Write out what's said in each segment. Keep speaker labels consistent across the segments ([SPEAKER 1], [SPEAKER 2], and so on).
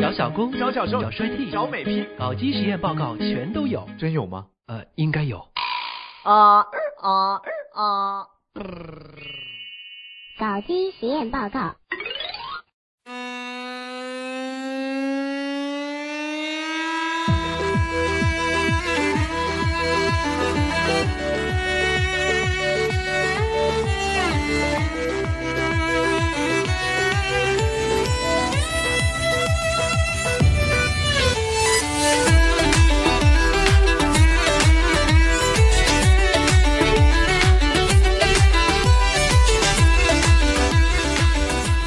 [SPEAKER 1] 找小工，
[SPEAKER 2] 找小
[SPEAKER 1] 找
[SPEAKER 2] 周，
[SPEAKER 1] 帅弟，
[SPEAKER 2] 找美批，
[SPEAKER 1] 搞基实验报告全都有。
[SPEAKER 2] 真有吗？
[SPEAKER 1] 呃，应该有。
[SPEAKER 3] 啊啊啊！呃
[SPEAKER 4] 搞基实验报告。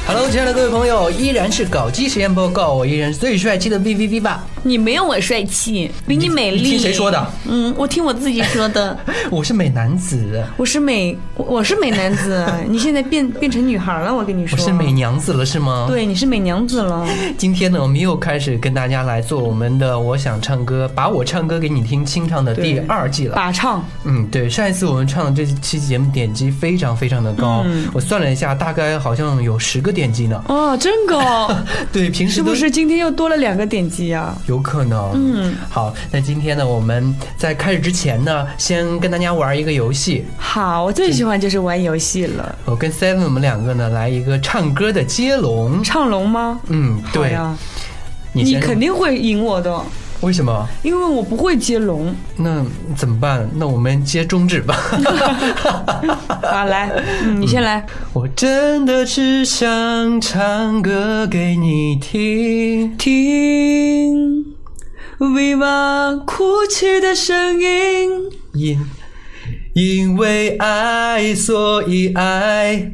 [SPEAKER 1] Hello，亲爱的各位朋友，依然是搞基实验报告，我依然是最帅气的 V V V 吧。
[SPEAKER 5] 你没有我帅气，比你美丽。
[SPEAKER 1] 你听谁说的？
[SPEAKER 5] 嗯，我听我自己说 的。
[SPEAKER 1] 我是美男子，
[SPEAKER 5] 我是美，我我是美男子。啊你现在变变成女孩了，我跟你
[SPEAKER 1] 我
[SPEAKER 5] 说。
[SPEAKER 1] 是美。娘子了，是吗？。
[SPEAKER 5] 对，你是美娘子了。
[SPEAKER 1] 今天呢，我们又开始跟大家来做我们的《我想唱歌》，把我唱歌给你听清唱的第
[SPEAKER 5] 对
[SPEAKER 1] 二季了。
[SPEAKER 5] 把唱，
[SPEAKER 1] 嗯，对，上一次我们唱的这期节目点击非常非常的高，我算了一下，大概好像有十个点击呢。
[SPEAKER 5] 哦，真高，
[SPEAKER 1] 对，平时
[SPEAKER 5] 是
[SPEAKER 1] 都
[SPEAKER 5] 不是今天又多了两个点击啊呀、
[SPEAKER 1] 有可能？嗯，好，那今天呢，我们在开始之前呢，先跟大家玩一个游戏。
[SPEAKER 5] 好，我最喜欢就是玩游戏了。
[SPEAKER 1] 我跟 Seven 我们两个呢来一个唱歌的接龙。
[SPEAKER 5] 唱龙吗？
[SPEAKER 1] 嗯，
[SPEAKER 5] 好
[SPEAKER 1] 对，
[SPEAKER 5] 呀，
[SPEAKER 1] 你
[SPEAKER 5] 你
[SPEAKER 1] 先
[SPEAKER 5] 肯定会赢我的，
[SPEAKER 1] 为什么？
[SPEAKER 5] 因为我不会接 龙
[SPEAKER 1] 那怎么办？那我们接中指吧。
[SPEAKER 5] 啊。来，嗯你先来。
[SPEAKER 1] 我真的只想唱歌给你听。
[SPEAKER 5] 听，Viva 哭泣的声音。
[SPEAKER 1] 因因为爱，所以爱。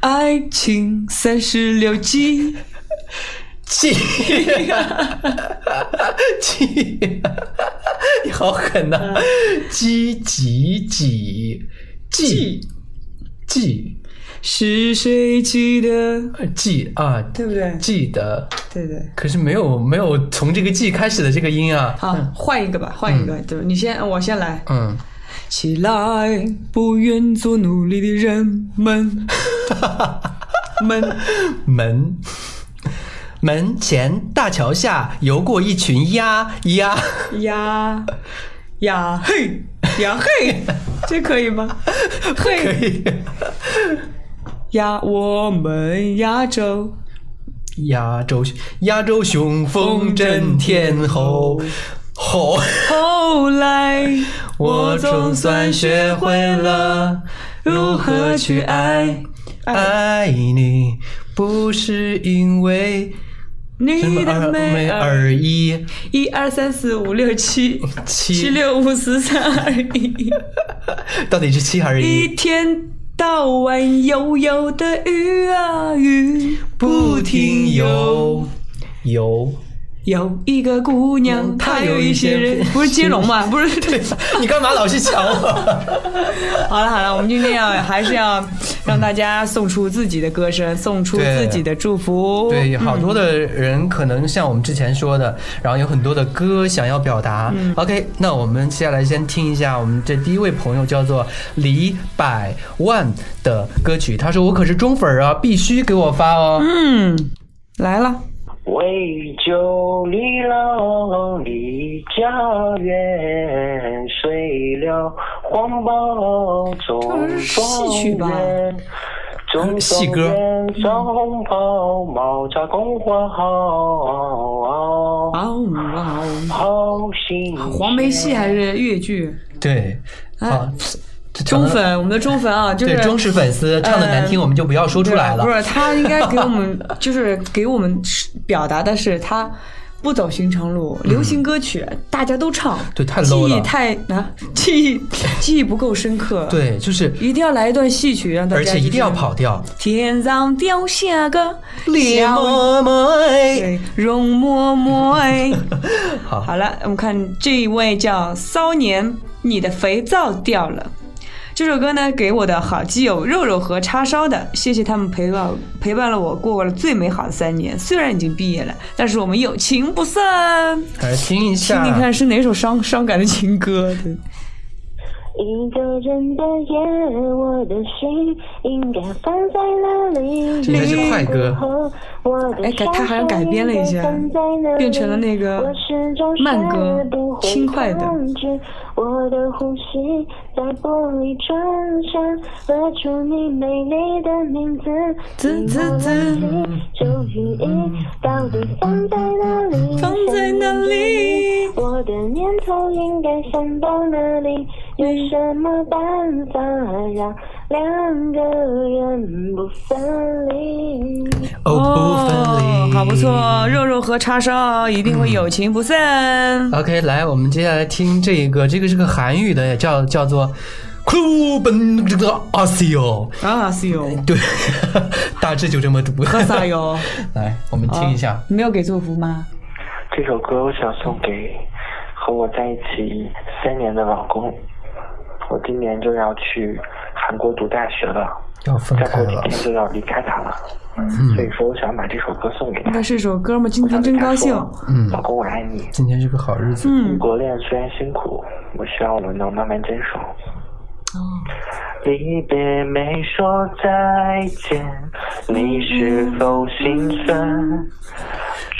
[SPEAKER 5] 爱情三十六计，
[SPEAKER 1] 气 气， 你好狠呐、积极几记记
[SPEAKER 5] 是谁记得？
[SPEAKER 1] 记啊，
[SPEAKER 5] 对不对？
[SPEAKER 1] 记得。
[SPEAKER 5] 对对。
[SPEAKER 1] 可是没有没有从这个记开始的这个音啊。
[SPEAKER 5] 好，换一个吧，换一个。对，你先，我先来。
[SPEAKER 1] 嗯，
[SPEAKER 5] 起来，不愿做奴隶的人 们，们
[SPEAKER 1] 门。门前大桥下游过一群鸭鸭，
[SPEAKER 5] 呀呀嘿呀嘿，这可以 吗？
[SPEAKER 1] 可
[SPEAKER 5] 嘿。
[SPEAKER 1] 以
[SPEAKER 5] 压我们压轴，
[SPEAKER 1] 压轴压轴雄风震天吼吼，
[SPEAKER 5] 后来
[SPEAKER 1] 我总算学会了如何去爱，
[SPEAKER 5] 呃
[SPEAKER 1] 爱你不是因为什
[SPEAKER 5] 你
[SPEAKER 1] 么
[SPEAKER 5] 的
[SPEAKER 1] 而
[SPEAKER 5] 美
[SPEAKER 1] 美
[SPEAKER 5] 儿。
[SPEAKER 1] 而已。
[SPEAKER 5] 一二三四五六七
[SPEAKER 1] 七
[SPEAKER 5] 七六五四三二一，
[SPEAKER 1] 到底是七还是
[SPEAKER 5] 一
[SPEAKER 1] 一？
[SPEAKER 5] 天到晚悠悠的鱼啊鱼，
[SPEAKER 1] 不停游游，
[SPEAKER 5] 有一个姑娘，她有一些人，不是接龙 嘛？不是对。
[SPEAKER 1] 你干嘛老是抢我？
[SPEAKER 5] 好了好了，我们今天要还是要让大家送出自己的歌声，送出
[SPEAKER 1] 对
[SPEAKER 5] 自己的祝福。
[SPEAKER 1] 对，好多的人可能像我们之前说的，然后有很多的歌想要表达。OK，那
[SPEAKER 5] 嗯
[SPEAKER 1] 我们接下来先听一下我们这第一位朋友叫做李百万的歌曲，他说：“我可是忠粉儿啊，必须给我发哦。
[SPEAKER 5] 嗯，来了。
[SPEAKER 6] 为救离郎离家园，随了黄包走
[SPEAKER 5] 这是戏曲吧
[SPEAKER 6] 中原。中
[SPEAKER 1] 戏歌
[SPEAKER 6] 原张红袍，毛扎宫花好，
[SPEAKER 5] 哇哦哇哦！
[SPEAKER 6] 好心
[SPEAKER 5] 黄梅戏还是越剧？
[SPEAKER 1] 对，啊，这
[SPEAKER 5] 忠，粉，我们的忠粉啊，就是
[SPEAKER 1] 对忠实粉丝唱的难听，
[SPEAKER 5] 呃
[SPEAKER 1] 我们就不要说出来了
[SPEAKER 5] 不。是他应该给我们，就是给我们表达的是他。不走寻常路，流行歌曲、大家都唱，
[SPEAKER 1] 嗯对太 low
[SPEAKER 5] 记
[SPEAKER 1] 了
[SPEAKER 5] 忆太啊，记忆记忆不够深刻，，
[SPEAKER 1] 对，就是，
[SPEAKER 5] 一定要来一段戏曲，啊让大家、
[SPEAKER 1] 而且一定要。跑调。
[SPEAKER 5] 天上掉下个小
[SPEAKER 1] 妹，
[SPEAKER 5] 对，容嬷嬷哎。
[SPEAKER 1] 好
[SPEAKER 5] 好了，我们看这一位叫骚年，你的肥皂掉了。这首歌呢，给我的好基友肉肉和叉烧的，谢谢他们陪伴陪伴了我过了最美好的三年。虽然已经毕业了，但是我们友情不散。
[SPEAKER 1] 来听一
[SPEAKER 5] 听
[SPEAKER 1] 下。
[SPEAKER 5] 听看是哪首伤伤感的情歌？对，
[SPEAKER 4] 一个人的夜，我的心应该放在哪里？
[SPEAKER 1] 这应该是快歌
[SPEAKER 5] 哎改他好像改编了一下变成了那个慢歌轻快的。
[SPEAKER 4] 我的呼吸在玻璃窗上勒出你美丽的名字，
[SPEAKER 5] 滋滋滋嗯
[SPEAKER 4] 这雨衣到底放在哪里？
[SPEAKER 5] 放在哪里？
[SPEAKER 4] 我的念头应该想到哪里？有什么办法让两个人不分离？
[SPEAKER 1] 哦，不分离，
[SPEAKER 5] 好不错，肉肉和叉烧一定会友情不散。
[SPEAKER 1] OK，来，我们接下来听这一个，这个是个韩语的，叫叫做“酷本这个阿西哟
[SPEAKER 5] 啊，是哟，”，
[SPEAKER 1] 对， 大致就这么读。
[SPEAKER 5] 和啥哟？
[SPEAKER 1] 来，我们听一下。
[SPEAKER 5] 你没有给祝福吗？
[SPEAKER 6] 这首歌我想送给和我在一起三年的老公。我今年就要去韩国读大学了，
[SPEAKER 1] 要分
[SPEAKER 6] 再
[SPEAKER 1] 开
[SPEAKER 6] 过几
[SPEAKER 1] 了嗯
[SPEAKER 6] 天，就要离开他了。所以说，我想把这首歌送给
[SPEAKER 5] 应
[SPEAKER 6] 他
[SPEAKER 5] 该。是首歌吗？今
[SPEAKER 6] 我想
[SPEAKER 5] 天嗯
[SPEAKER 6] 对
[SPEAKER 5] 真
[SPEAKER 6] 他
[SPEAKER 5] 高兴。
[SPEAKER 6] 说
[SPEAKER 1] 嗯
[SPEAKER 6] 老公我爱你。
[SPEAKER 1] 今天是个好日子。
[SPEAKER 5] 嗯，
[SPEAKER 6] 国恋虽然辛苦，我希望我们能慢慢坚守。离别没说再见，你是否心酸？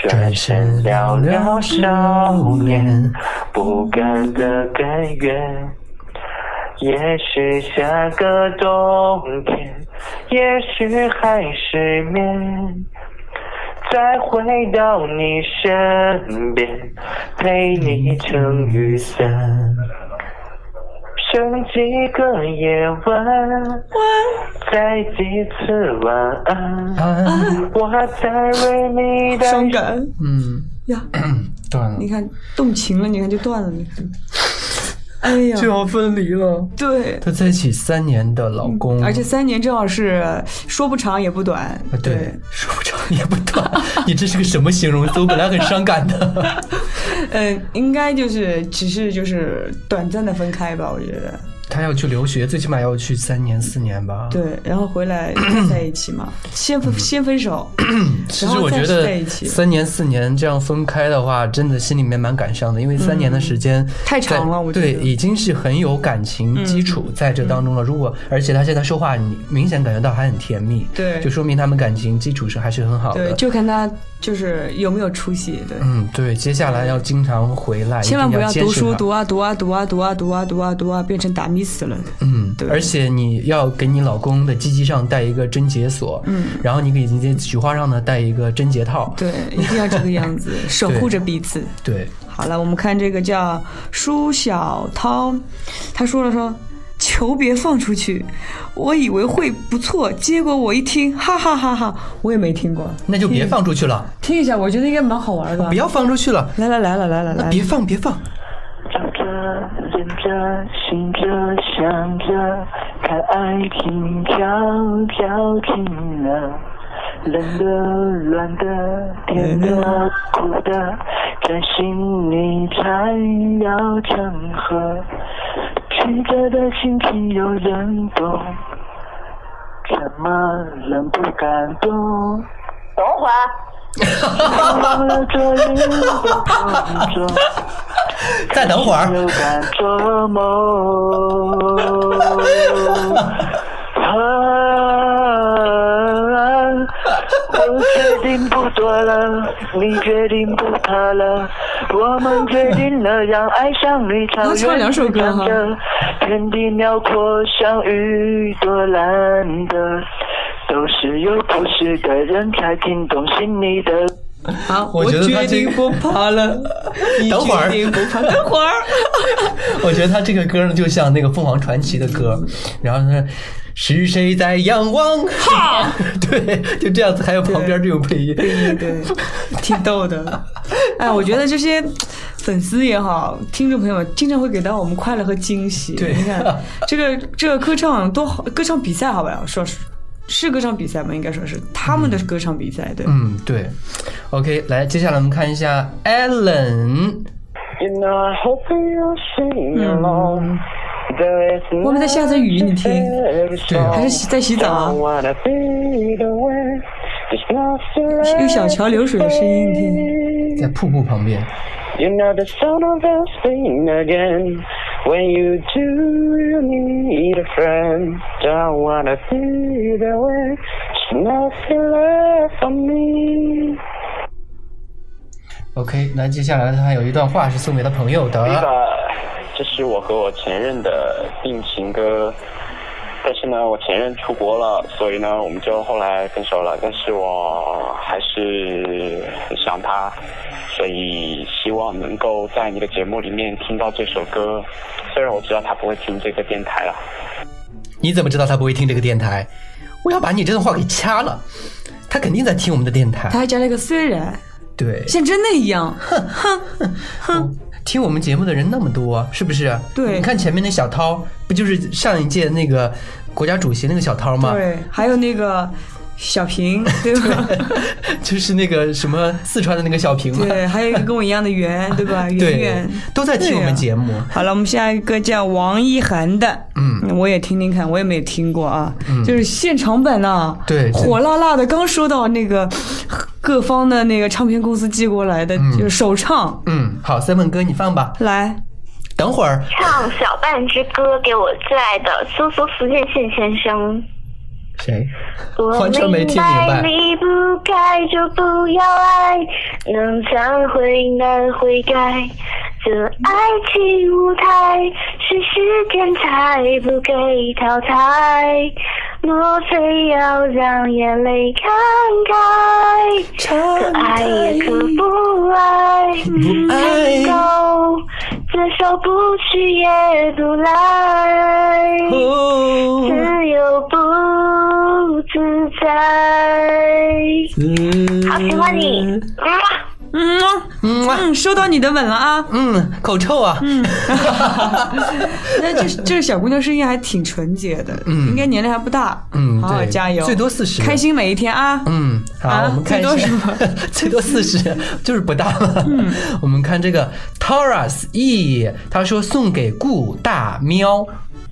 [SPEAKER 6] 转身寥寥少年，不甘的甘愿。也许下个冬天，也许还失眠。再回到你身边，陪你撑雨伞，剩几个夜晚，再几次晚安，
[SPEAKER 5] 啊
[SPEAKER 1] 安，
[SPEAKER 6] 我再为你的
[SPEAKER 5] 伤感
[SPEAKER 1] 嗯，
[SPEAKER 5] 呀，
[SPEAKER 1] 断了
[SPEAKER 5] 你，看动情了，你看就断了。你看，哎呀，
[SPEAKER 1] 就要分离了。
[SPEAKER 5] 对，
[SPEAKER 1] 她在一起三年的老公，
[SPEAKER 5] 嗯而且三年正好是说不长也不短
[SPEAKER 1] 啊。对，说不长也不短， 你这是个什么形容词？我本来很伤感的。
[SPEAKER 5] 嗯，应该就是只是就是短暂的分开吧，我觉得。
[SPEAKER 1] 她要去留学，最起码要去三年四年吧。
[SPEAKER 5] 对，然后回来在一起嘛，先分先分手，
[SPEAKER 1] 嗯其
[SPEAKER 5] 然
[SPEAKER 1] 实
[SPEAKER 5] 后
[SPEAKER 1] 我
[SPEAKER 5] 再
[SPEAKER 1] 觉
[SPEAKER 5] 在
[SPEAKER 1] 得
[SPEAKER 5] 一起
[SPEAKER 1] 三年四年这样分开的话，真的心里面蛮感伤的，因为三年的时间
[SPEAKER 5] 嗯太长
[SPEAKER 1] 在
[SPEAKER 5] 了我觉
[SPEAKER 1] 对
[SPEAKER 5] 得嗯
[SPEAKER 1] 已经是很有感情基础在这当中了。如果而且他现在说话，你明显感觉到还很甜蜜，
[SPEAKER 5] 对
[SPEAKER 1] 就说明他们感情基础是还是很好
[SPEAKER 5] 对，
[SPEAKER 1] 的。
[SPEAKER 5] 就看他就是有没有出息，对。
[SPEAKER 1] 嗯，对，接下来要经常回来，
[SPEAKER 5] 千万
[SPEAKER 1] 一
[SPEAKER 5] 不
[SPEAKER 1] 定
[SPEAKER 5] 要
[SPEAKER 1] 坚
[SPEAKER 5] 读
[SPEAKER 1] 持
[SPEAKER 5] 书
[SPEAKER 1] 它
[SPEAKER 5] 读啊读啊读啊读啊读啊读啊读啊，变成打咪死了。
[SPEAKER 1] 嗯
[SPEAKER 5] 对，
[SPEAKER 1] 而且你要给你老公的鸡鸡上戴一个贞洁锁，嗯，然后你给你的菊花上呢戴一个贞洁套，
[SPEAKER 5] 对，一定要这个样 子，守护着彼此。
[SPEAKER 1] 对，
[SPEAKER 5] 好了，我们看这个叫舒小涛，他说了说。求别放出去！我以为会不错，结果我一听，哈哈哈哈！我也没听过，
[SPEAKER 1] 那就
[SPEAKER 5] 嗯
[SPEAKER 1] 别放出去了，
[SPEAKER 5] 听一下，我觉得应该蛮好玩的。
[SPEAKER 1] 不要放出去了，
[SPEAKER 5] 来来来来来来来，
[SPEAKER 1] 别放别放，
[SPEAKER 6] 想着、想着、醒着、想着，看爱情悄悄近了。冷的、暖的、甜的、苦的，在心里缠绕成河。曲折的心情有人懂，怎么能不感动？
[SPEAKER 3] 等会儿。
[SPEAKER 6] 忘了昨夜的风中。
[SPEAKER 1] 再等会儿，
[SPEAKER 6] 又敢做梦。啊，我决定不做了，你决定不怕了，我们决定了，让爱像一场
[SPEAKER 5] 他唱两首歌哈
[SPEAKER 6] 天地辽阔，像雨多蓝的，都是有故事的人才听懂心里的。
[SPEAKER 5] 好，
[SPEAKER 1] 我觉得他
[SPEAKER 5] 决
[SPEAKER 1] 这
[SPEAKER 5] 定
[SPEAKER 1] 个
[SPEAKER 5] 不怕了。你
[SPEAKER 1] 等会儿
[SPEAKER 5] 决定不怕，等会儿。
[SPEAKER 1] 我觉得他这个歌呢就像那个凤凰传奇的歌，然后呢。是谁在仰望？哈， 对，就这样子，还有旁边这种配
[SPEAKER 5] 对
[SPEAKER 1] 音，
[SPEAKER 5] 对，挺逗的。哎，我觉得这些粉丝也好，听众朋友经常会给到我们快乐和惊喜。
[SPEAKER 1] 对
[SPEAKER 5] 你看这个这个歌唱多好，歌唱比赛好吧？说是是歌唱比赛吗？应该说是他们的歌唱比赛，对。
[SPEAKER 1] 嗯，对。OK，来，接下来我们看一下 Allen，
[SPEAKER 6] You know, I hope you'll sing along. There is
[SPEAKER 5] 嗯我们在下着雨你听
[SPEAKER 6] nothing
[SPEAKER 1] 对啊
[SPEAKER 5] 还是洗在洗澡啊
[SPEAKER 6] Don't，wanna be the one. There's nothing
[SPEAKER 5] 用小桥流水的声音听。
[SPEAKER 1] 在瀑布旁边，
[SPEAKER 6] You know the sound of us sing again. When you do, you need a friend. Don't wanna be the way. There's nothing left for me.
[SPEAKER 1] OK，那接下来他还有一段话是送给他朋友的。
[SPEAKER 6] Viva，这是我和我前任的定情歌，但是呢，我前任出国了，所以呢，我们就后来分手了。但是我还是很想他，所以希望能够在你的节目里面听到这首歌。虽然我知道他不会听这个电台啊了。
[SPEAKER 1] 你怎么知道他不会听这个电台？我要把你这段话给掐了，他肯定在听我们的电台
[SPEAKER 5] 他。还加了一个虽然，
[SPEAKER 1] 对，
[SPEAKER 5] 像真的一样。
[SPEAKER 1] 听我们节目的人那么多，是不是？
[SPEAKER 5] 嗯对
[SPEAKER 1] 你看前面那小涛，不就是上一届那个国家主席那个小涛吗？
[SPEAKER 5] 对，还有那个小平，对吧？
[SPEAKER 1] 就是那个什么四川的那个小平嘛。
[SPEAKER 5] 对，还有一个跟我一样的圆，对吧？
[SPEAKER 1] 对
[SPEAKER 5] 圆圆。
[SPEAKER 1] 都在听我们节目。
[SPEAKER 5] 好了，我们下一个叫王一涵的，嗯，我也听听看，我也没听过啊，就是现场版呐，
[SPEAKER 1] 嗯对
[SPEAKER 5] 火辣辣的。刚收到那个各方的那个唱片公司寄过来的，就是首唱，
[SPEAKER 1] 嗯，好，seven 哥你放吧，
[SPEAKER 5] 来，
[SPEAKER 1] 等会儿
[SPEAKER 4] 唱《小半支歌》给我最爱的苏苏福建县先生。
[SPEAKER 1] 谁？
[SPEAKER 4] 我
[SPEAKER 1] 完全没听明白
[SPEAKER 4] 离不开就不要爱，能忏悔难悔改。这爱情舞台是时间才不给淘汰，莫非要让眼泪慷慨？可爱也可不爱，
[SPEAKER 1] 不爱
[SPEAKER 4] 够，这首不去也不来。
[SPEAKER 1] 哦。
[SPEAKER 4] 自由不自在。
[SPEAKER 1] 嗯
[SPEAKER 4] 好喜欢你，啊、
[SPEAKER 5] 嗯啊
[SPEAKER 1] 嗯啊
[SPEAKER 5] 嗯，收到你的吻了啊。
[SPEAKER 1] 嗯，口臭啊。嗯，
[SPEAKER 5] 那哎这这小姑娘声音还挺纯洁的，应该年龄还不大，
[SPEAKER 1] 嗯
[SPEAKER 5] 好好
[SPEAKER 1] 对
[SPEAKER 5] 加油，
[SPEAKER 1] 最多40
[SPEAKER 5] 开心每一天啊，
[SPEAKER 1] 嗯，好，
[SPEAKER 5] 啊
[SPEAKER 1] 我们看一
[SPEAKER 5] 最多嗯
[SPEAKER 1] 下
[SPEAKER 5] 什么，
[SPEAKER 1] 最多四十，就是不大了。 我们看这个 Taurus E，他说送给顾大喵，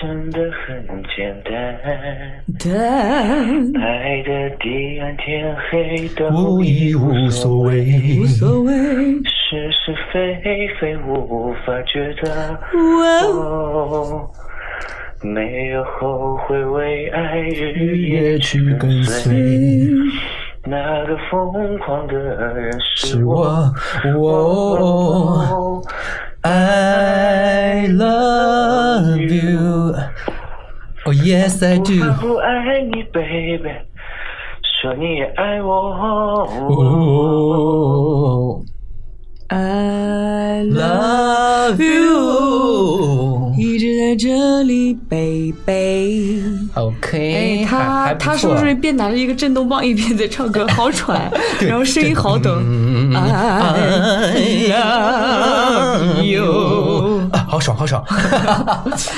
[SPEAKER 6] 真的很简单。
[SPEAKER 5] 但
[SPEAKER 6] 爱的彼岸天黑都
[SPEAKER 1] 无
[SPEAKER 6] 已
[SPEAKER 1] 以无所谓
[SPEAKER 5] 无。所谓。
[SPEAKER 6] 是是非非无法觉得。
[SPEAKER 5] 哇
[SPEAKER 1] 嗯
[SPEAKER 5] 哦
[SPEAKER 6] 哦，没有后悔，为爱日夜
[SPEAKER 1] 也去跟随
[SPEAKER 6] 那个疯狂的人
[SPEAKER 1] 是
[SPEAKER 6] 是我。
[SPEAKER 1] 我，我
[SPEAKER 6] 哦
[SPEAKER 1] I love you。Oh yes I
[SPEAKER 6] 我
[SPEAKER 1] do。
[SPEAKER 6] 不爱你，baby，说你也爱我。
[SPEAKER 1] 哦
[SPEAKER 5] I love
[SPEAKER 1] ，Love you。
[SPEAKER 5] 一直在这里，baby。
[SPEAKER 1] OK，
[SPEAKER 5] 哎，
[SPEAKER 1] 还
[SPEAKER 5] 他
[SPEAKER 1] 还不
[SPEAKER 5] 他是
[SPEAKER 1] 错
[SPEAKER 5] 不是一边拿着一个震动棒，一边在唱歌， 好喘， 然后声音好
[SPEAKER 1] 嗯
[SPEAKER 5] 抖。啊哎呦，
[SPEAKER 1] 啊，好爽，好爽！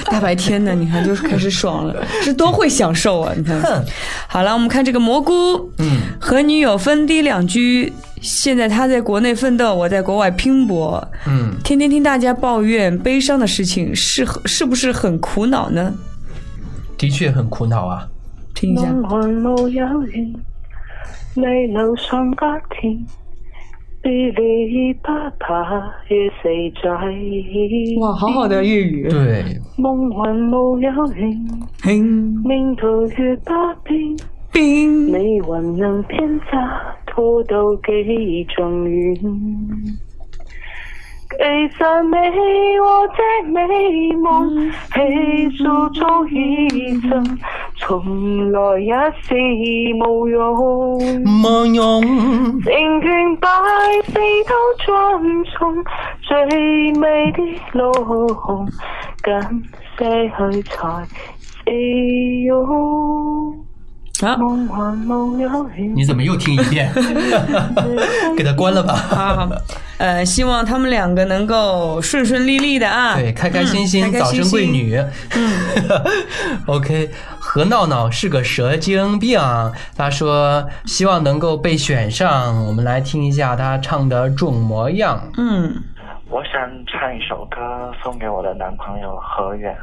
[SPEAKER 5] 大白天的，你看就开始爽了，是多会享受啊！你看， 好了，我们看这个蘑菇，嗯，和女友分堤两居，现在他在国内奋斗，我在国外拼搏，
[SPEAKER 1] 嗯，
[SPEAKER 5] 天天听大家抱怨悲伤的事情，是是不是很苦恼呢？
[SPEAKER 1] 的确很苦恼啊。
[SPEAKER 5] 听一下，
[SPEAKER 4] 寒路有缘，未留上家田，别离不怕于四仔。
[SPEAKER 5] 哇，好好的粤语，
[SPEAKER 1] 对，
[SPEAKER 4] 梦幻路有缘，
[SPEAKER 5] 冰
[SPEAKER 4] 命途越不变，
[SPEAKER 5] 冰，
[SPEAKER 4] 你还能偏差拖到几重远？其实你和这美梦，起诉早已尽，从来也是无用。
[SPEAKER 1] 冇用，
[SPEAKER 4] 成全百事都尊重，最美的路红，感些去才是勇。
[SPEAKER 5] 啊
[SPEAKER 4] 梦幻梦有缘，
[SPEAKER 1] 你怎么又听一 遍？给它关了吧。
[SPEAKER 5] 好好，呃，希望他们两个能够顺顺利利的啊。
[SPEAKER 1] 对，开开心心，
[SPEAKER 5] 嗯开开
[SPEAKER 1] 早
[SPEAKER 5] 心嗯
[SPEAKER 1] 生贵女。OK，何闹闹是个蛇精病，他说希望能够被选上。我们来听一下他唱的《种模样》。
[SPEAKER 5] 嗯，
[SPEAKER 6] 我想唱一首歌送给我的男朋友何远，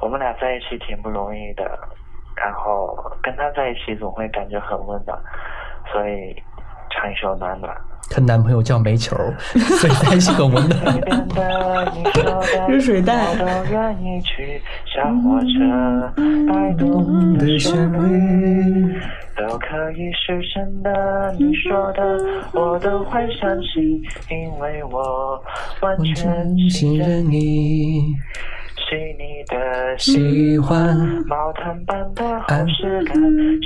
[SPEAKER 6] 我们俩在一起挺不容易的，然后跟他在一起总会感觉很温暖，所以唱一首《暖暖》。
[SPEAKER 1] 她男朋友叫煤球，所以她是个文
[SPEAKER 6] 你
[SPEAKER 1] 的。
[SPEAKER 6] 变得你说的
[SPEAKER 5] 热水袋
[SPEAKER 6] 我都愿意去。小火车，摆动的旋律，都可以是真的。你说的我都会相信，因为我完
[SPEAKER 1] 完
[SPEAKER 6] 全
[SPEAKER 1] 全
[SPEAKER 6] 信
[SPEAKER 1] 信
[SPEAKER 6] 任
[SPEAKER 1] 任你，
[SPEAKER 6] 是你的心。
[SPEAKER 1] 喜欢
[SPEAKER 6] 毛毯般的厚实感，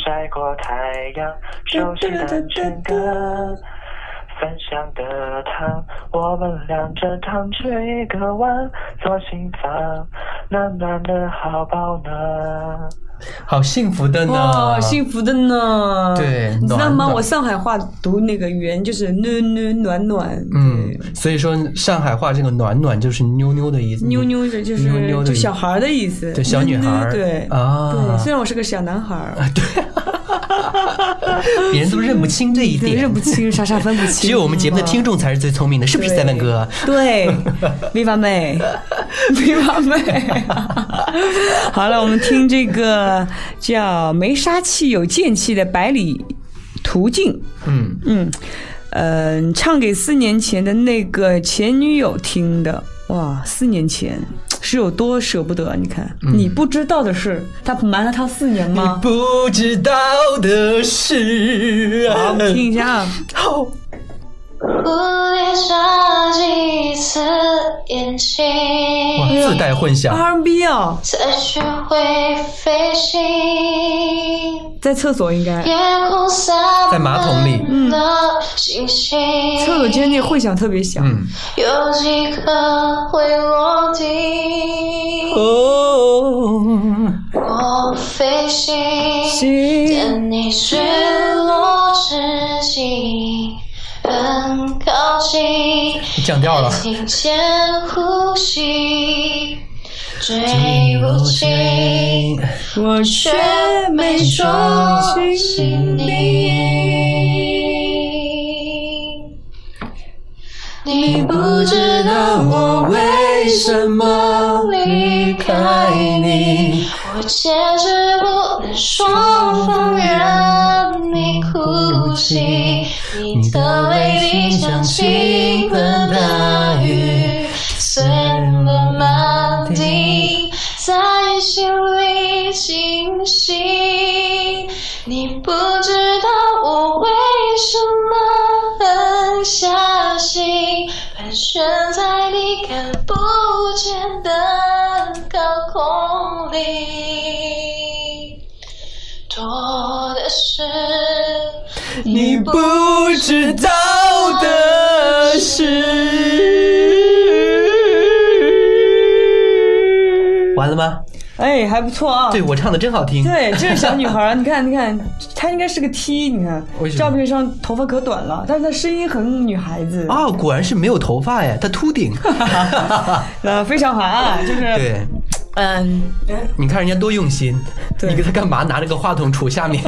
[SPEAKER 6] 晒过太阳，熟悉单纯的分享的糖，我们两着糖吃一个碗，做心房，暖暖的好保暖。
[SPEAKER 1] 好幸福的呢。
[SPEAKER 5] 哇，幸福的呢！
[SPEAKER 1] 对
[SPEAKER 5] 你知道
[SPEAKER 1] 暖
[SPEAKER 5] 吗？
[SPEAKER 1] 暖
[SPEAKER 5] 我上海话读那个“圆”就是“呢呢暖暖”，
[SPEAKER 1] 嗯，所以说上海话这个“暖暖”就是妞妞的意思，
[SPEAKER 5] 对，妞妞的就是
[SPEAKER 1] 妞妞的
[SPEAKER 5] 就
[SPEAKER 1] 意思
[SPEAKER 5] 小孩儿的意思，
[SPEAKER 1] 对小女孩
[SPEAKER 5] 呢
[SPEAKER 1] 儿
[SPEAKER 5] 呢对
[SPEAKER 1] 啊
[SPEAKER 5] 对，虽然我是个小男孩儿，
[SPEAKER 1] 别人都认不清这一
[SPEAKER 5] 对
[SPEAKER 1] 点，
[SPEAKER 5] 认不清，傻傻分不清。
[SPEAKER 1] 只有我们节目的听众才是最聪明的，是不是
[SPEAKER 5] 对
[SPEAKER 1] Seven 哥？
[SPEAKER 5] 对，Viva 妹，Viva 妹。 好了，我们听这个叫“没杀气有剑气”的百里途径。
[SPEAKER 1] 嗯，
[SPEAKER 5] 嗯，呃，唱给四年前的那个前女友听的。哇，四年前是有多舍不得？你看，
[SPEAKER 1] 嗯
[SPEAKER 5] 你不知道的是，他瞒了他四年吗？
[SPEAKER 1] 不知道的事
[SPEAKER 5] 好，我
[SPEAKER 1] 啊，
[SPEAKER 5] 们听一下 啊。
[SPEAKER 4] 不连耍几次演戏，
[SPEAKER 1] 哇，自带混响，
[SPEAKER 5] R&B 哦，
[SPEAKER 4] 才学会飞行。
[SPEAKER 5] 在厕所应该，
[SPEAKER 4] 夜空洒
[SPEAKER 1] 在马桶里
[SPEAKER 4] 满了星星，
[SPEAKER 5] 厕所间那个混响特别响。
[SPEAKER 1] 嗯，
[SPEAKER 4] 有几颗会落地？
[SPEAKER 1] 哦，
[SPEAKER 4] 我飞行，
[SPEAKER 5] 行，
[SPEAKER 4] 等你坠落之际，很靠近。
[SPEAKER 1] 降调了，
[SPEAKER 4] 听见呼吸，追不清，
[SPEAKER 5] 我
[SPEAKER 4] 却
[SPEAKER 5] 却
[SPEAKER 4] 没说
[SPEAKER 5] 清
[SPEAKER 4] 清你。你不知道我为什么离开你，我解释不能说放任你哭泣，你的泪滴像倾盆大雨，碎了满地，在心里清晰。你不知道我为什么狠下心，盘旋在你看不见的高空里。 多的是
[SPEAKER 1] 你不知道的事。完了吗？
[SPEAKER 5] 哎，还不错啊。
[SPEAKER 1] 对我唱的真好听。
[SPEAKER 5] 对，这是小女孩儿，你看，你看，她应该是个 T，你看
[SPEAKER 1] 为什么
[SPEAKER 5] 照片上头发可短了，但是她声音很女孩子，
[SPEAKER 1] 啊，果然是没有头发呀，他 秃顶。
[SPEAKER 5] 呃，非常好啊，就是，
[SPEAKER 1] 对，
[SPEAKER 5] 嗯，
[SPEAKER 1] 你看人家多用心，
[SPEAKER 5] 对
[SPEAKER 1] 你给他干嘛？拿着个话筒杵 下面。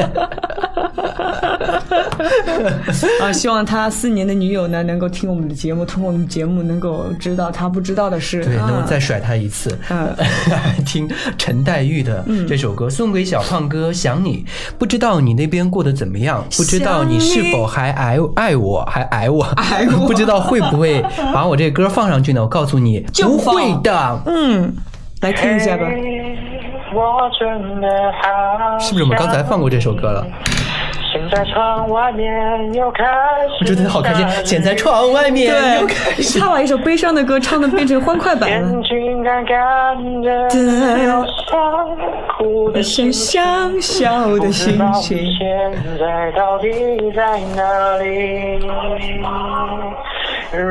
[SPEAKER 5] 啊，希望她四年的女友呢能够听我们的节目，通过我们节目能够知道她不知道的事，
[SPEAKER 1] 对，
[SPEAKER 5] 啊
[SPEAKER 1] 能够再甩他一次。
[SPEAKER 5] 嗯
[SPEAKER 1] 听陈黛玉的这首歌，送给小胖哥，想你。不知道你那边过得怎么样？不知道你是否还爱爱我，还爱我？
[SPEAKER 5] 爱我
[SPEAKER 1] 不知道会不会把我这歌放上去呢？我告诉你，
[SPEAKER 5] 就
[SPEAKER 1] 不
[SPEAKER 5] 放
[SPEAKER 1] 会的。
[SPEAKER 5] 嗯，来听一下吧，
[SPEAKER 6] 我真的好。
[SPEAKER 1] 是不是我们刚才放过这首歌了？
[SPEAKER 6] 现在窗外面又开始。
[SPEAKER 1] 我觉得好开心。现在。窗外面又开
[SPEAKER 5] 对，
[SPEAKER 1] 始
[SPEAKER 5] 她把一首悲伤的歌唱的变成欢快版了
[SPEAKER 6] 眼。睛干干的，留下哭的
[SPEAKER 5] 想
[SPEAKER 6] 心情。
[SPEAKER 5] 想笑的
[SPEAKER 6] 不知
[SPEAKER 5] 心
[SPEAKER 6] 道
[SPEAKER 5] 情
[SPEAKER 6] 你，现在到底在哪里？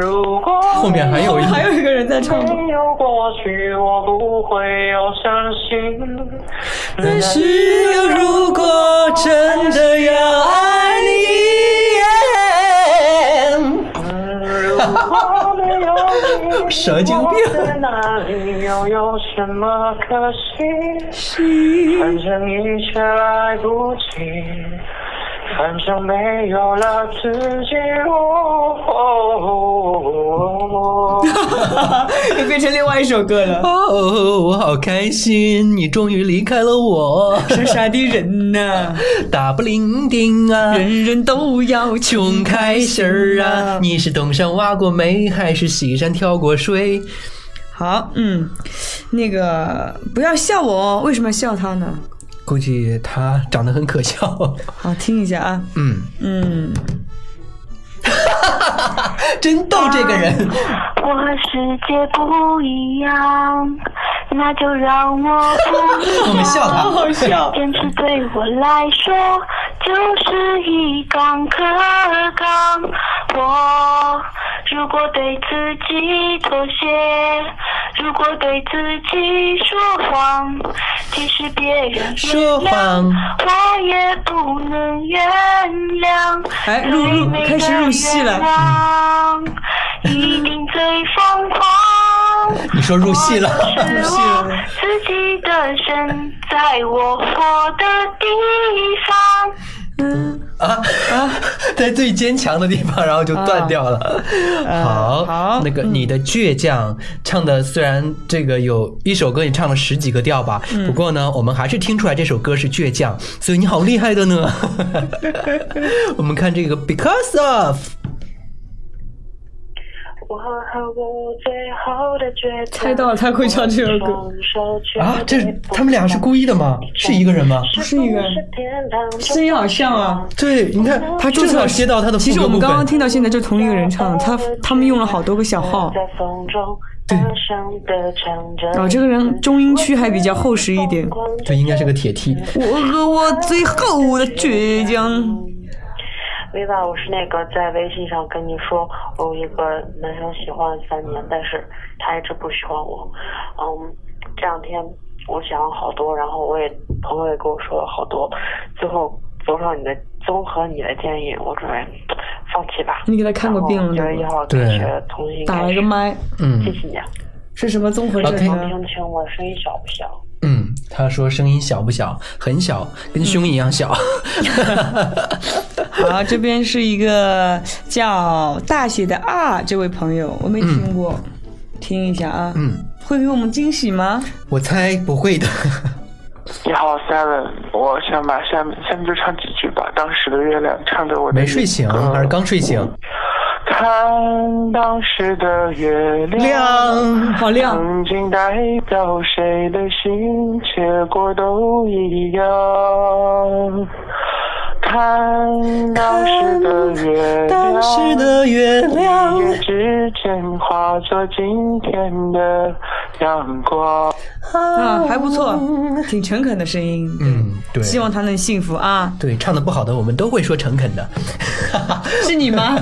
[SPEAKER 6] 如果
[SPEAKER 1] 后面还有一
[SPEAKER 5] 还有一个人在唱。
[SPEAKER 6] 没有过去，我不会有伤心。
[SPEAKER 1] 但是如果真的要爱你，
[SPEAKER 6] 如果没有你，
[SPEAKER 1] 神经病
[SPEAKER 6] 我在哪里又有什么可惜？反正一切来不及，反正没有了自己。哦哦哦哦
[SPEAKER 5] 又变成另外一首歌了。
[SPEAKER 1] 哦，我好开心，你终于离开了我，
[SPEAKER 5] 傻傻的人呐、
[SPEAKER 1] 打不伶仃 啊。
[SPEAKER 5] 人人都要穷
[SPEAKER 1] 穷开心儿啊！你是登山挖过煤，还是西山跳过水？
[SPEAKER 5] 好，嗯，那个不要笑我哦，为什么要笑他呢？
[SPEAKER 1] 估计他长得很可笑。
[SPEAKER 5] 好，听一下啊，
[SPEAKER 1] 嗯，
[SPEAKER 5] 嗯，
[SPEAKER 1] 真逗这个人。
[SPEAKER 5] 啊
[SPEAKER 4] 我和世界不一样，那就让我不一样。
[SPEAKER 1] 我们笑他
[SPEAKER 5] 好笑，
[SPEAKER 4] 坚持对我来说就是一杠可杠。我如果对自己妥协，如果对自己说谎，即使别人
[SPEAKER 1] 说谎，
[SPEAKER 4] 我也不能原谅。
[SPEAKER 5] 哎入入开始入戏了
[SPEAKER 4] 了，一定最 疯狂。
[SPEAKER 1] 你说入戏了？
[SPEAKER 4] 是
[SPEAKER 5] 啊
[SPEAKER 4] 我自己的身，在我活的地方。
[SPEAKER 1] 啊啊， 在最坚强的地方，然后就断掉了。 好，
[SPEAKER 5] 啊嗯好
[SPEAKER 1] 那个你的倔强唱的虽然这个有一首歌你唱了十几个调吧，
[SPEAKER 5] 嗯
[SPEAKER 1] 不过呢，我们还是听出来这首歌是倔强，所以你好厉害 的呢。我们看这个 because of，
[SPEAKER 4] 我和我最后的决定。
[SPEAKER 5] 猜到了他会唱这首歌。
[SPEAKER 1] 啊，这他们俩是故意的吗？是一个人吗？
[SPEAKER 5] 是一个人声音好像啊。
[SPEAKER 1] 对，你看他正好接到他的副
[SPEAKER 5] 其实
[SPEAKER 1] 歌
[SPEAKER 5] 我
[SPEAKER 1] 部
[SPEAKER 5] 们刚刚
[SPEAKER 1] 分。
[SPEAKER 5] 听到现在就是同一个人唱的，他他们用了好多个小号，
[SPEAKER 4] 在风中
[SPEAKER 1] 对
[SPEAKER 4] 大声地唱着
[SPEAKER 5] 然哦后这个人中音区还比较厚实一点。
[SPEAKER 1] 对，应该是个铁 T。
[SPEAKER 5] 我和我最后的倔强，
[SPEAKER 4] 薇吧，我是那个在微信上跟你说我有一个男生喜欢了三
[SPEAKER 5] 嗯
[SPEAKER 4] 年，但是他一直不喜欢我。嗯，这两天我想了好多，然后我也朋友也跟我说了好多，最后综上你的综合你的建议，我准备放弃吧。
[SPEAKER 5] 你给他看过病了
[SPEAKER 4] 然后九月
[SPEAKER 5] 对
[SPEAKER 4] 一
[SPEAKER 5] 吧？
[SPEAKER 1] 对
[SPEAKER 4] 号开学重新
[SPEAKER 5] 打
[SPEAKER 4] 开
[SPEAKER 5] 了一
[SPEAKER 4] 始
[SPEAKER 5] 个。麦，
[SPEAKER 1] 嗯
[SPEAKER 4] 谢谢你啊，
[SPEAKER 5] 是什么综合啊症
[SPEAKER 1] OK
[SPEAKER 5] 呢？
[SPEAKER 4] 听清我声音小不小？
[SPEAKER 1] 嗯，他说声音小不小？很小，
[SPEAKER 5] 嗯
[SPEAKER 1] 跟胸一 样小。
[SPEAKER 5] 好，这边是一个叫大写的 R 这位朋友，我没听过，听一下啊。
[SPEAKER 1] 嗯，
[SPEAKER 5] 会给我们惊喜吗？
[SPEAKER 1] 我猜不会 的。
[SPEAKER 6] 你好，Seven，我想把下面下面就唱几句吧。当时的月亮唱着我的
[SPEAKER 1] 没睡醒
[SPEAKER 6] 歌
[SPEAKER 1] 还是刚睡醒？
[SPEAKER 6] 看当时的月亮，
[SPEAKER 1] 亮，
[SPEAKER 5] 好亮，
[SPEAKER 6] 曾经代表谁的心，结果都一样。看当时的月亮，
[SPEAKER 1] 当时的月亮
[SPEAKER 6] 一夜之间化作今天的阳光。
[SPEAKER 5] 啊，还不错，挺诚恳的声音。
[SPEAKER 1] 嗯，对，
[SPEAKER 5] 希望他能幸福啊！
[SPEAKER 1] 对唱的不好的我们都会说诚恳的。
[SPEAKER 5] 是你吗？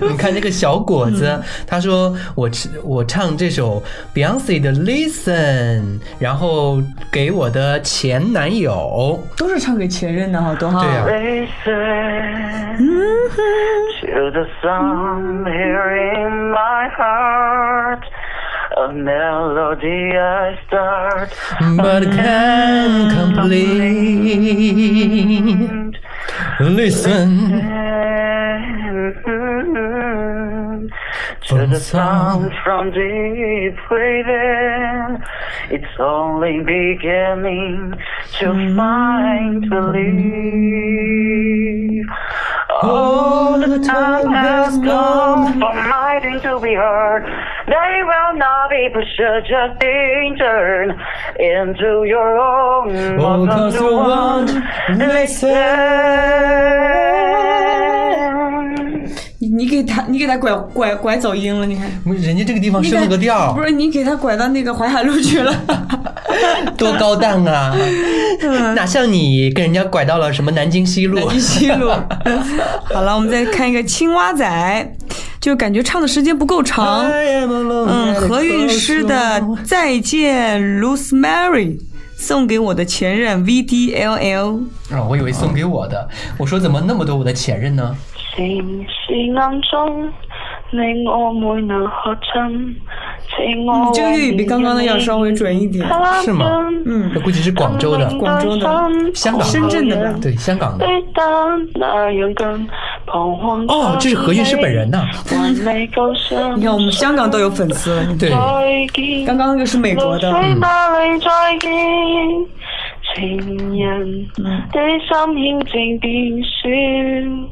[SPEAKER 1] 你看这个小果子，他说我吃我唱这首 Beyonce 的 Listen，然后给我的前男友，
[SPEAKER 5] 都是唱给前任的，好多哈。
[SPEAKER 1] 对啊呀、
[SPEAKER 6] Listen to the song here in my heart. A melody I start
[SPEAKER 1] But
[SPEAKER 6] Mm.
[SPEAKER 1] can't complete.
[SPEAKER 6] and
[SPEAKER 1] Listen
[SPEAKER 6] Mm. to the song from deep within. It's only beginning
[SPEAKER 1] Mm.
[SPEAKER 6] to find belief.
[SPEAKER 1] all the
[SPEAKER 6] Time
[SPEAKER 1] time has
[SPEAKER 6] has come
[SPEAKER 1] come.
[SPEAKER 6] for fighting to be heard. They will not be pushed, just being turned into your own.
[SPEAKER 1] Oh,
[SPEAKER 6] Welcome
[SPEAKER 1] cause
[SPEAKER 6] to
[SPEAKER 1] you
[SPEAKER 6] one.
[SPEAKER 1] want listen.
[SPEAKER 5] 你你给他，你给他拐拐拐走音了，你看。
[SPEAKER 1] 人家这个地方
[SPEAKER 5] 你给
[SPEAKER 1] 升了个调
[SPEAKER 5] 不，是你给他拐到那个淮海路去 了。
[SPEAKER 1] 多高档 啊！哪像你跟人家拐到了什么南京西路？
[SPEAKER 5] 一西路。好了，我们再看一个青蛙仔，就感觉唱的时间不够长。嗯，何韵诗的《再见，Rosemary》送给我的前任 V D L L。
[SPEAKER 1] 啊，我以为送给我的，我说怎么那么多我的前任呢？
[SPEAKER 4] 是是眼中，你我每能合衬，催我。
[SPEAKER 5] 嗯，这个粤语比刚刚的要稍微准一点。
[SPEAKER 1] 是吗
[SPEAKER 5] 嗯
[SPEAKER 1] 那，估计是广州的，
[SPEAKER 5] 广州的
[SPEAKER 1] 香港的
[SPEAKER 5] 深圳的吧
[SPEAKER 1] 对，香港的。
[SPEAKER 4] 回到那远更彷徨。
[SPEAKER 1] 哦，这是何韵诗本人。呐。
[SPEAKER 4] 完美构成。
[SPEAKER 5] 你看我们香港都有粉丝了。
[SPEAKER 1] 对，
[SPEAKER 4] 再见
[SPEAKER 5] 刚刚那个是美国的，
[SPEAKER 4] 露水哪里再见？情人的心輕靜便酸，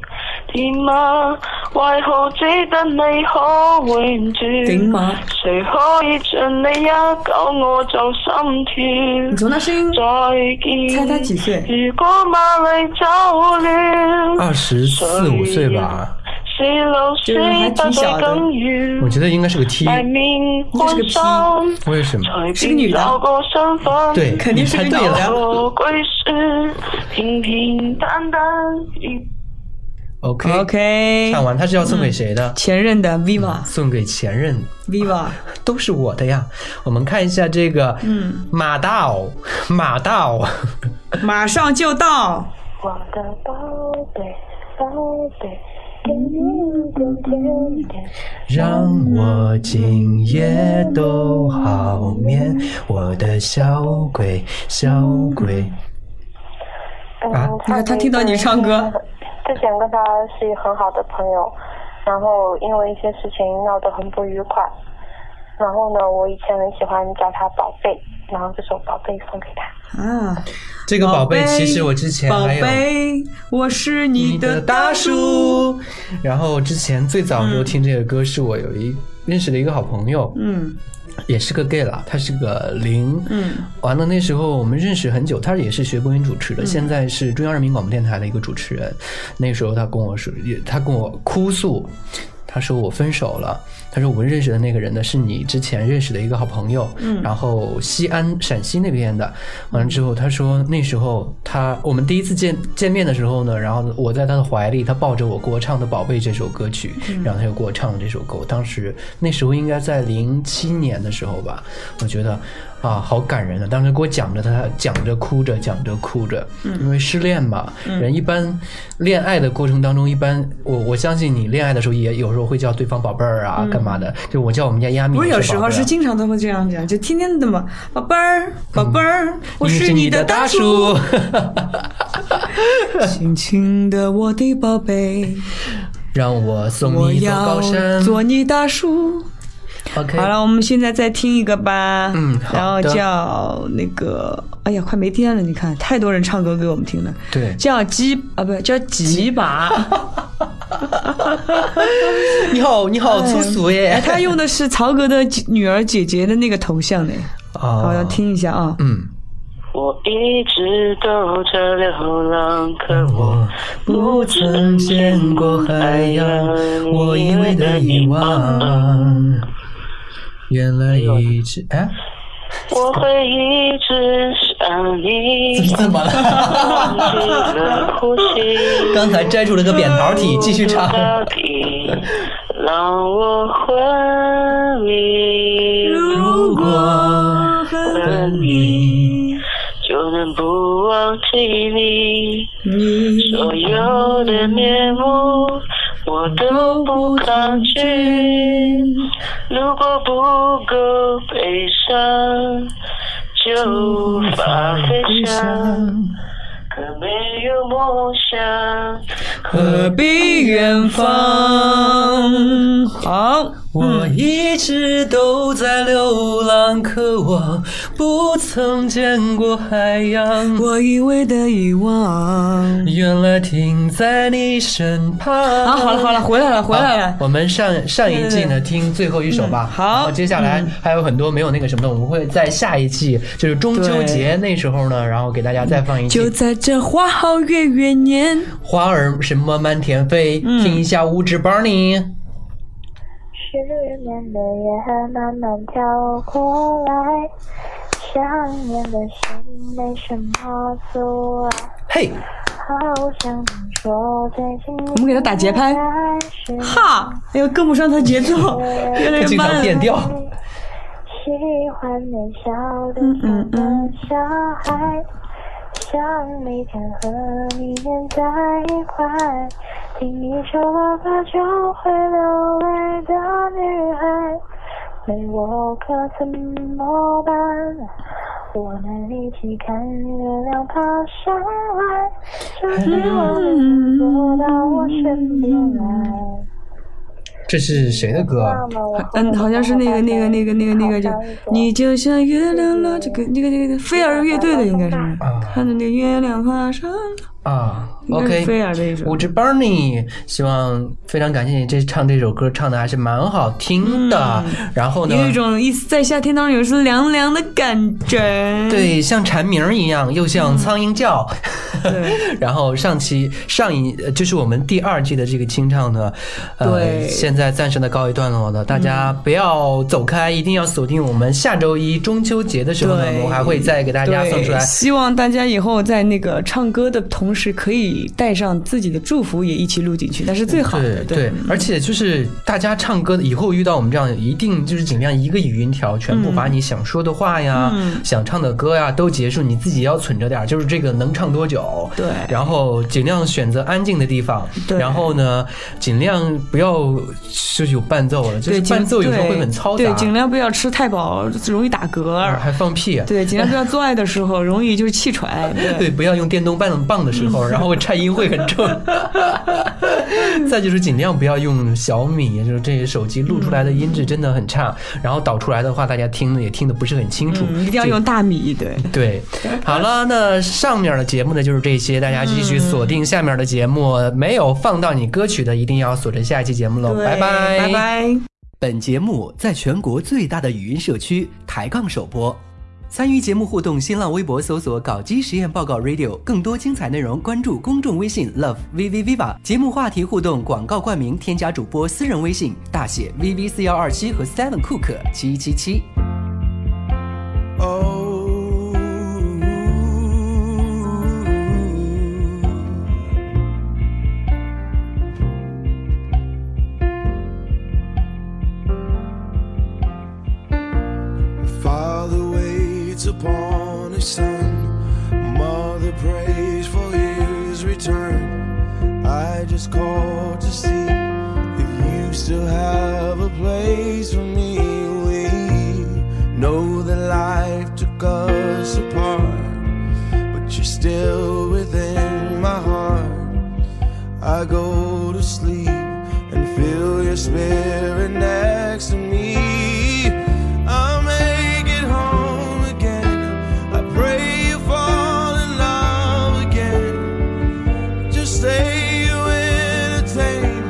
[SPEAKER 4] 甜蜜為何只得你可永
[SPEAKER 5] 頂
[SPEAKER 4] 住？
[SPEAKER 5] 吗？
[SPEAKER 4] 誰可以像你一講我就心
[SPEAKER 5] 你
[SPEAKER 4] 跳？
[SPEAKER 5] 从他声音
[SPEAKER 4] 再
[SPEAKER 5] 猜他
[SPEAKER 4] 見。
[SPEAKER 5] 几岁？
[SPEAKER 4] 如果馬里走了，
[SPEAKER 1] 二十四五岁吧，
[SPEAKER 4] 是流水
[SPEAKER 5] 就是还挺
[SPEAKER 4] 不
[SPEAKER 5] 小的
[SPEAKER 4] 再更
[SPEAKER 1] 我
[SPEAKER 4] 遠，
[SPEAKER 1] 觉得应该是个 T，
[SPEAKER 4] 埋面
[SPEAKER 5] 该是
[SPEAKER 4] 歡
[SPEAKER 5] 個 P
[SPEAKER 4] 心。
[SPEAKER 1] 为什么？
[SPEAKER 4] 才
[SPEAKER 5] 是个女
[SPEAKER 4] 变
[SPEAKER 5] 的
[SPEAKER 4] 找個身份。
[SPEAKER 1] 对，
[SPEAKER 5] 肯定是
[SPEAKER 1] 你
[SPEAKER 5] 个
[SPEAKER 1] 猜对
[SPEAKER 5] 女的
[SPEAKER 1] 了。
[SPEAKER 4] 我归宿，平平淡淡一
[SPEAKER 1] OK，嗯
[SPEAKER 5] OK，
[SPEAKER 1] 看完他是要送给谁的？
[SPEAKER 5] 前任的 Viva，Viva，
[SPEAKER 1] 送给前任，都是我的呀。我们看一下这个，嗯，马道， 马道，
[SPEAKER 5] 马上就到，
[SPEAKER 4] 我的宝贝，宝贝，给你一个甜甜。
[SPEAKER 1] 让我今夜都好眠，我的小鬼，小鬼。啊
[SPEAKER 2] 嗯，
[SPEAKER 5] 你看他听到你唱歌，
[SPEAKER 2] 之前跟他是很好的朋友，然后因为一些事情闹得很不愉快，然后呢，我以前很喜欢叫他宝贝，然后这首宝贝送给他。
[SPEAKER 5] 啊，
[SPEAKER 1] 这个宝贝，其实我之前
[SPEAKER 5] 宝
[SPEAKER 1] 还有
[SPEAKER 5] 贝，我是你的大叔。
[SPEAKER 1] 叔。然后之前最早就听这个歌，是我有一认识的一个好朋友，
[SPEAKER 5] 嗯
[SPEAKER 1] 也是个 gay 啦，他是个零。
[SPEAKER 5] 嗯，
[SPEAKER 1] 完了，那时候我们认识很久，他也是学播音主持的，现在是中央人民广播电台的一个主持人。那时候他跟我说，也他跟我哭诉，他说我分手了。他说我们认识的那个人呢，是你之前认识的一个好朋友，嗯，然后西安陕西那边的。完了之后，他说那时候他我们第一次见见面的时候呢，然后我在他的怀里，他抱着我给我唱的《宝贝》这首歌曲，然后他又给我唱了这首歌。我当时那时候应该在零七年的时候吧，我觉得啊，好感人啊！当时给我讲着他讲着哭着讲着哭着，
[SPEAKER 5] 嗯
[SPEAKER 1] 因为失恋嘛，人一般恋爱的过程当中，一般我我相信你恋爱的时候也有时候会叫对方宝贝儿啊，干嘛的？就我叫我们家亚米，
[SPEAKER 5] 嗯不是有时
[SPEAKER 1] 宝贝
[SPEAKER 5] 候
[SPEAKER 1] 儿啊
[SPEAKER 5] 是经常都会这样讲，就天天的嘛，宝贝儿，宝贝儿，我
[SPEAKER 1] 你
[SPEAKER 5] 是
[SPEAKER 1] 是嗯你
[SPEAKER 5] 的
[SPEAKER 1] 大
[SPEAKER 5] 叔，
[SPEAKER 1] 叔。
[SPEAKER 5] 亲亲的我的宝贝，
[SPEAKER 1] 让我送
[SPEAKER 5] 我
[SPEAKER 1] 你一座高
[SPEAKER 5] 要
[SPEAKER 1] 山。
[SPEAKER 5] 做你大叔。
[SPEAKER 1] OK，
[SPEAKER 5] 好了，我们现在再听一个吧，
[SPEAKER 1] 嗯好
[SPEAKER 5] 然后
[SPEAKER 1] 的
[SPEAKER 5] 叫那个，哎呀，快没电了，你看，太多人唱歌给我们听了，
[SPEAKER 1] 对
[SPEAKER 5] 叫鸡啊，不叫几把，
[SPEAKER 1] 你好，你好粗俗耶！
[SPEAKER 5] 哎，他用的是曹格的女儿姐姐的那个头像呢，
[SPEAKER 1] 啊
[SPEAKER 5] 好，要听一下啊，
[SPEAKER 1] 嗯，
[SPEAKER 4] 我一直兜着流浪，可我
[SPEAKER 1] 我不曾见过海洋，我一味的遗忘。原来一直哎，
[SPEAKER 4] 我会一直想你，
[SPEAKER 1] 怎么了？
[SPEAKER 4] 忘记了呼吸。
[SPEAKER 1] 刚才摘出了个扁桃体，继续唱。
[SPEAKER 4] 到底让我昏迷，
[SPEAKER 1] 如果和你
[SPEAKER 4] 就能不忘记你。
[SPEAKER 5] 你
[SPEAKER 4] 所有的面目我都不抗拒。如果不够悲伤，就无法飞翔。可没有梦想，
[SPEAKER 5] 何必远方？嗯好，
[SPEAKER 1] 我一直都在流浪，可我不曾见过海洋。
[SPEAKER 5] 我一味的遗忘。
[SPEAKER 1] 原来停在你身旁。
[SPEAKER 5] 啊，好了好了，回来了回来
[SPEAKER 1] 好
[SPEAKER 5] 了。
[SPEAKER 1] 我们上上一季呢，听最后一首吧。
[SPEAKER 5] 嗯好
[SPEAKER 1] 然后接下来还有很多没有那个什么的，我们会在下一季，就是中秋节那时候呢，然后给大家再放一
[SPEAKER 5] 就
[SPEAKER 1] 期。
[SPEAKER 5] 在这花好月圆年，
[SPEAKER 1] 花儿什么满天飞，听一下五指 Barney。
[SPEAKER 2] 失眠的夜慢慢飘过来，想念的心没什么阻碍，
[SPEAKER 1] 嘿，
[SPEAKER 2] 好想你说最近我
[SPEAKER 5] 们给他打节拍哈，哎呦，跟不上他节奏， 有
[SPEAKER 1] 他
[SPEAKER 5] 点
[SPEAKER 1] 经常
[SPEAKER 5] 慢。
[SPEAKER 1] 变调。
[SPEAKER 2] 喜欢你笑得
[SPEAKER 5] 嗯嗯
[SPEAKER 2] 像
[SPEAKER 5] 嗯
[SPEAKER 2] 个小孩，想每天和你黏在一块，听你说爸爸就会流泪的女孩，没我可怎么办？我们一起看月亮爬上来，这希望能
[SPEAKER 5] 嗯
[SPEAKER 2] 坐到我身边来。
[SPEAKER 1] 这是谁的歌啊？
[SPEAKER 2] 那么我会
[SPEAKER 5] 嗯，好像是那个那个那个那个那个就
[SPEAKER 2] 好像是这样
[SPEAKER 5] 你就像月亮了，这个那个那个飞儿乐队的应该是，
[SPEAKER 1] 啊
[SPEAKER 5] 看着那个月亮爬上，
[SPEAKER 1] 啊
[SPEAKER 5] 应该是
[SPEAKER 1] ，OK，
[SPEAKER 5] 菲儿的一首
[SPEAKER 1] 我是 Barney，希望非常感谢你这唱这首歌唱的还是蛮好听的。
[SPEAKER 5] 嗯
[SPEAKER 1] 然后呢，
[SPEAKER 5] 有一种一丝在夏天当中有一丝凉凉的感觉。，
[SPEAKER 1] 对，像蝉鸣一样，又像苍蝇叫。
[SPEAKER 5] 对
[SPEAKER 1] 然后上期上一呃就是我们第二季的这个清唱呢，呃，
[SPEAKER 5] 对
[SPEAKER 1] 现在暂时的告一段落了。大家不要走开，一定要锁定我们下周一中秋节的时候呢，
[SPEAKER 5] 对
[SPEAKER 1] 我们还会再给大家送出来
[SPEAKER 5] 对，。希望大家以后在那个唱歌的同时，可以带上自己的祝福也一起录进去，那是最好的。
[SPEAKER 1] 对对，而且就是大家唱歌的以后遇到我们这样，一定就是尽量一个语音条，全
[SPEAKER 5] 嗯
[SPEAKER 1] 部把你想说的话呀、想唱的歌呀都结束，你自己要存着点儿，就是这个能唱多久。
[SPEAKER 5] 对
[SPEAKER 1] 然后尽量选择安静的地方。
[SPEAKER 5] 对
[SPEAKER 1] 然后呢，尽量不要就是有伴奏了，就是
[SPEAKER 5] 对，尽
[SPEAKER 1] 伴奏有时候
[SPEAKER 5] 对
[SPEAKER 1] 会很嘈杂，
[SPEAKER 5] 对，尽量不要吃太饱，容易打嗝
[SPEAKER 1] 啊。还放屁。
[SPEAKER 5] 对，尽量不要做爱的时候容易就是气喘。对
[SPEAKER 1] 对，不要用电动棒棒的时候，
[SPEAKER 5] 嗯
[SPEAKER 1] 然后颤音会很重。 再就是尽量不要用小米，就是这些手机录出来
[SPEAKER 5] 嗯
[SPEAKER 1] 的音质真的很差，然后导出来的话，大家听的也听的不是很清楚。
[SPEAKER 5] 嗯，一定要用大米。对，
[SPEAKER 1] 对，好了，那上面的节目呢就是这些，大家继
[SPEAKER 5] 嗯
[SPEAKER 1] 续锁定下面的节目。没有放到你歌曲的，一定要锁着下一期节目喽，
[SPEAKER 5] 对
[SPEAKER 1] 拜
[SPEAKER 5] 拜拜。
[SPEAKER 7] 本节目在全国最大的语音社区抬杠首播。参与节目互动，新浪微博搜索“搞基实验报告 Radio”，更多精彩内容关注公众微信 “love v v v 吧”。节目话题互动、广告冠名，添加主播私人微信大写 “v v 四幺二七”和 “seven cook 七七七”。
[SPEAKER 8] Oh, Father waits upon his son, Mother prays for his return. I just called to see if you still have a place for me. We know that life took us apart, but you're still within my heart. I go to sleep and feel your spirit next to me. I'll make it home again. I pray you fall in love again. Just stay you entertain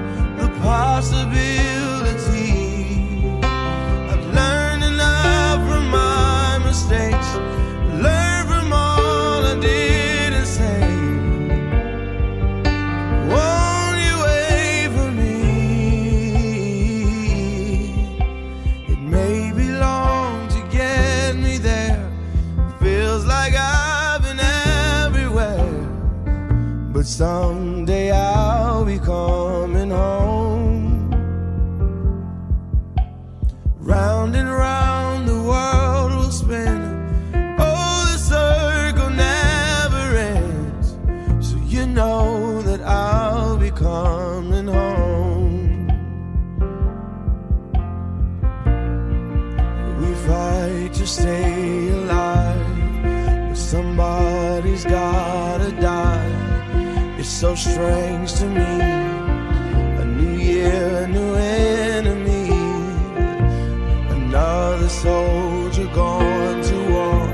[SPEAKER 8] the possibility. I've learned enough from my mistakes. Learn from all I didn't say. Won't you wait for me? It may be long to get me there. Feels like I've been everywhere. But someday I'll be coming home. Round and round the world will spin. Oh, the circle never ends. So you know that I'll be coming home. We fight to stay alive, but somebody's gotta die. It's so strange to me. A new year, a new enemy. Another soldier gone to war.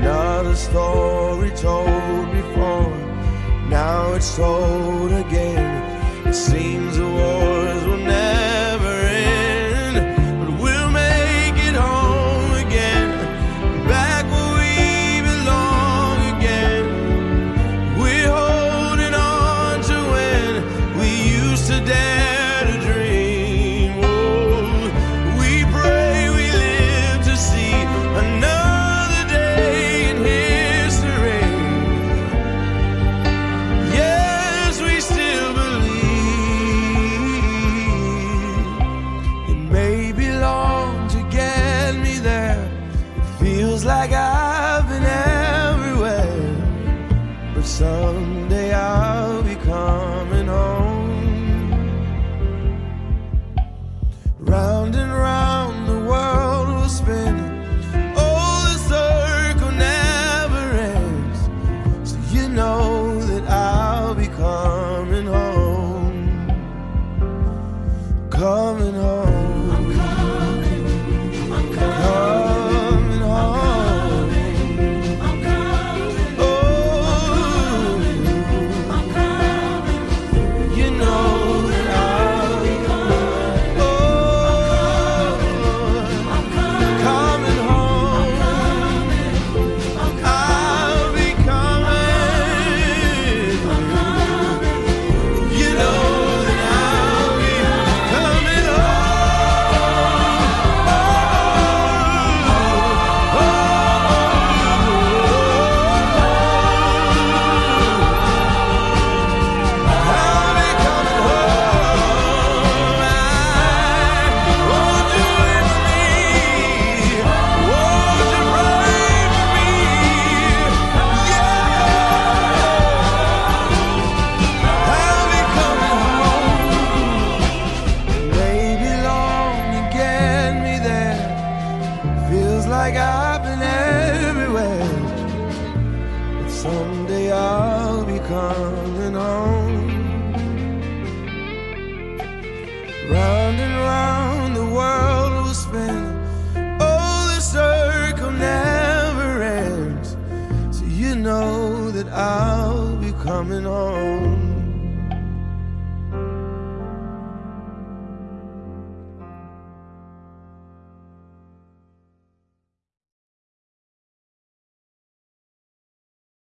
[SPEAKER 8] Another story told before. Now it's told again. It seems the wars will never end. But we'll make it home again. Back where we belong again. We're holding on to when we used to dare to dream. Oh, we pray we live to see another day in history. Yes, we still believe. Oh, Oh, coming home.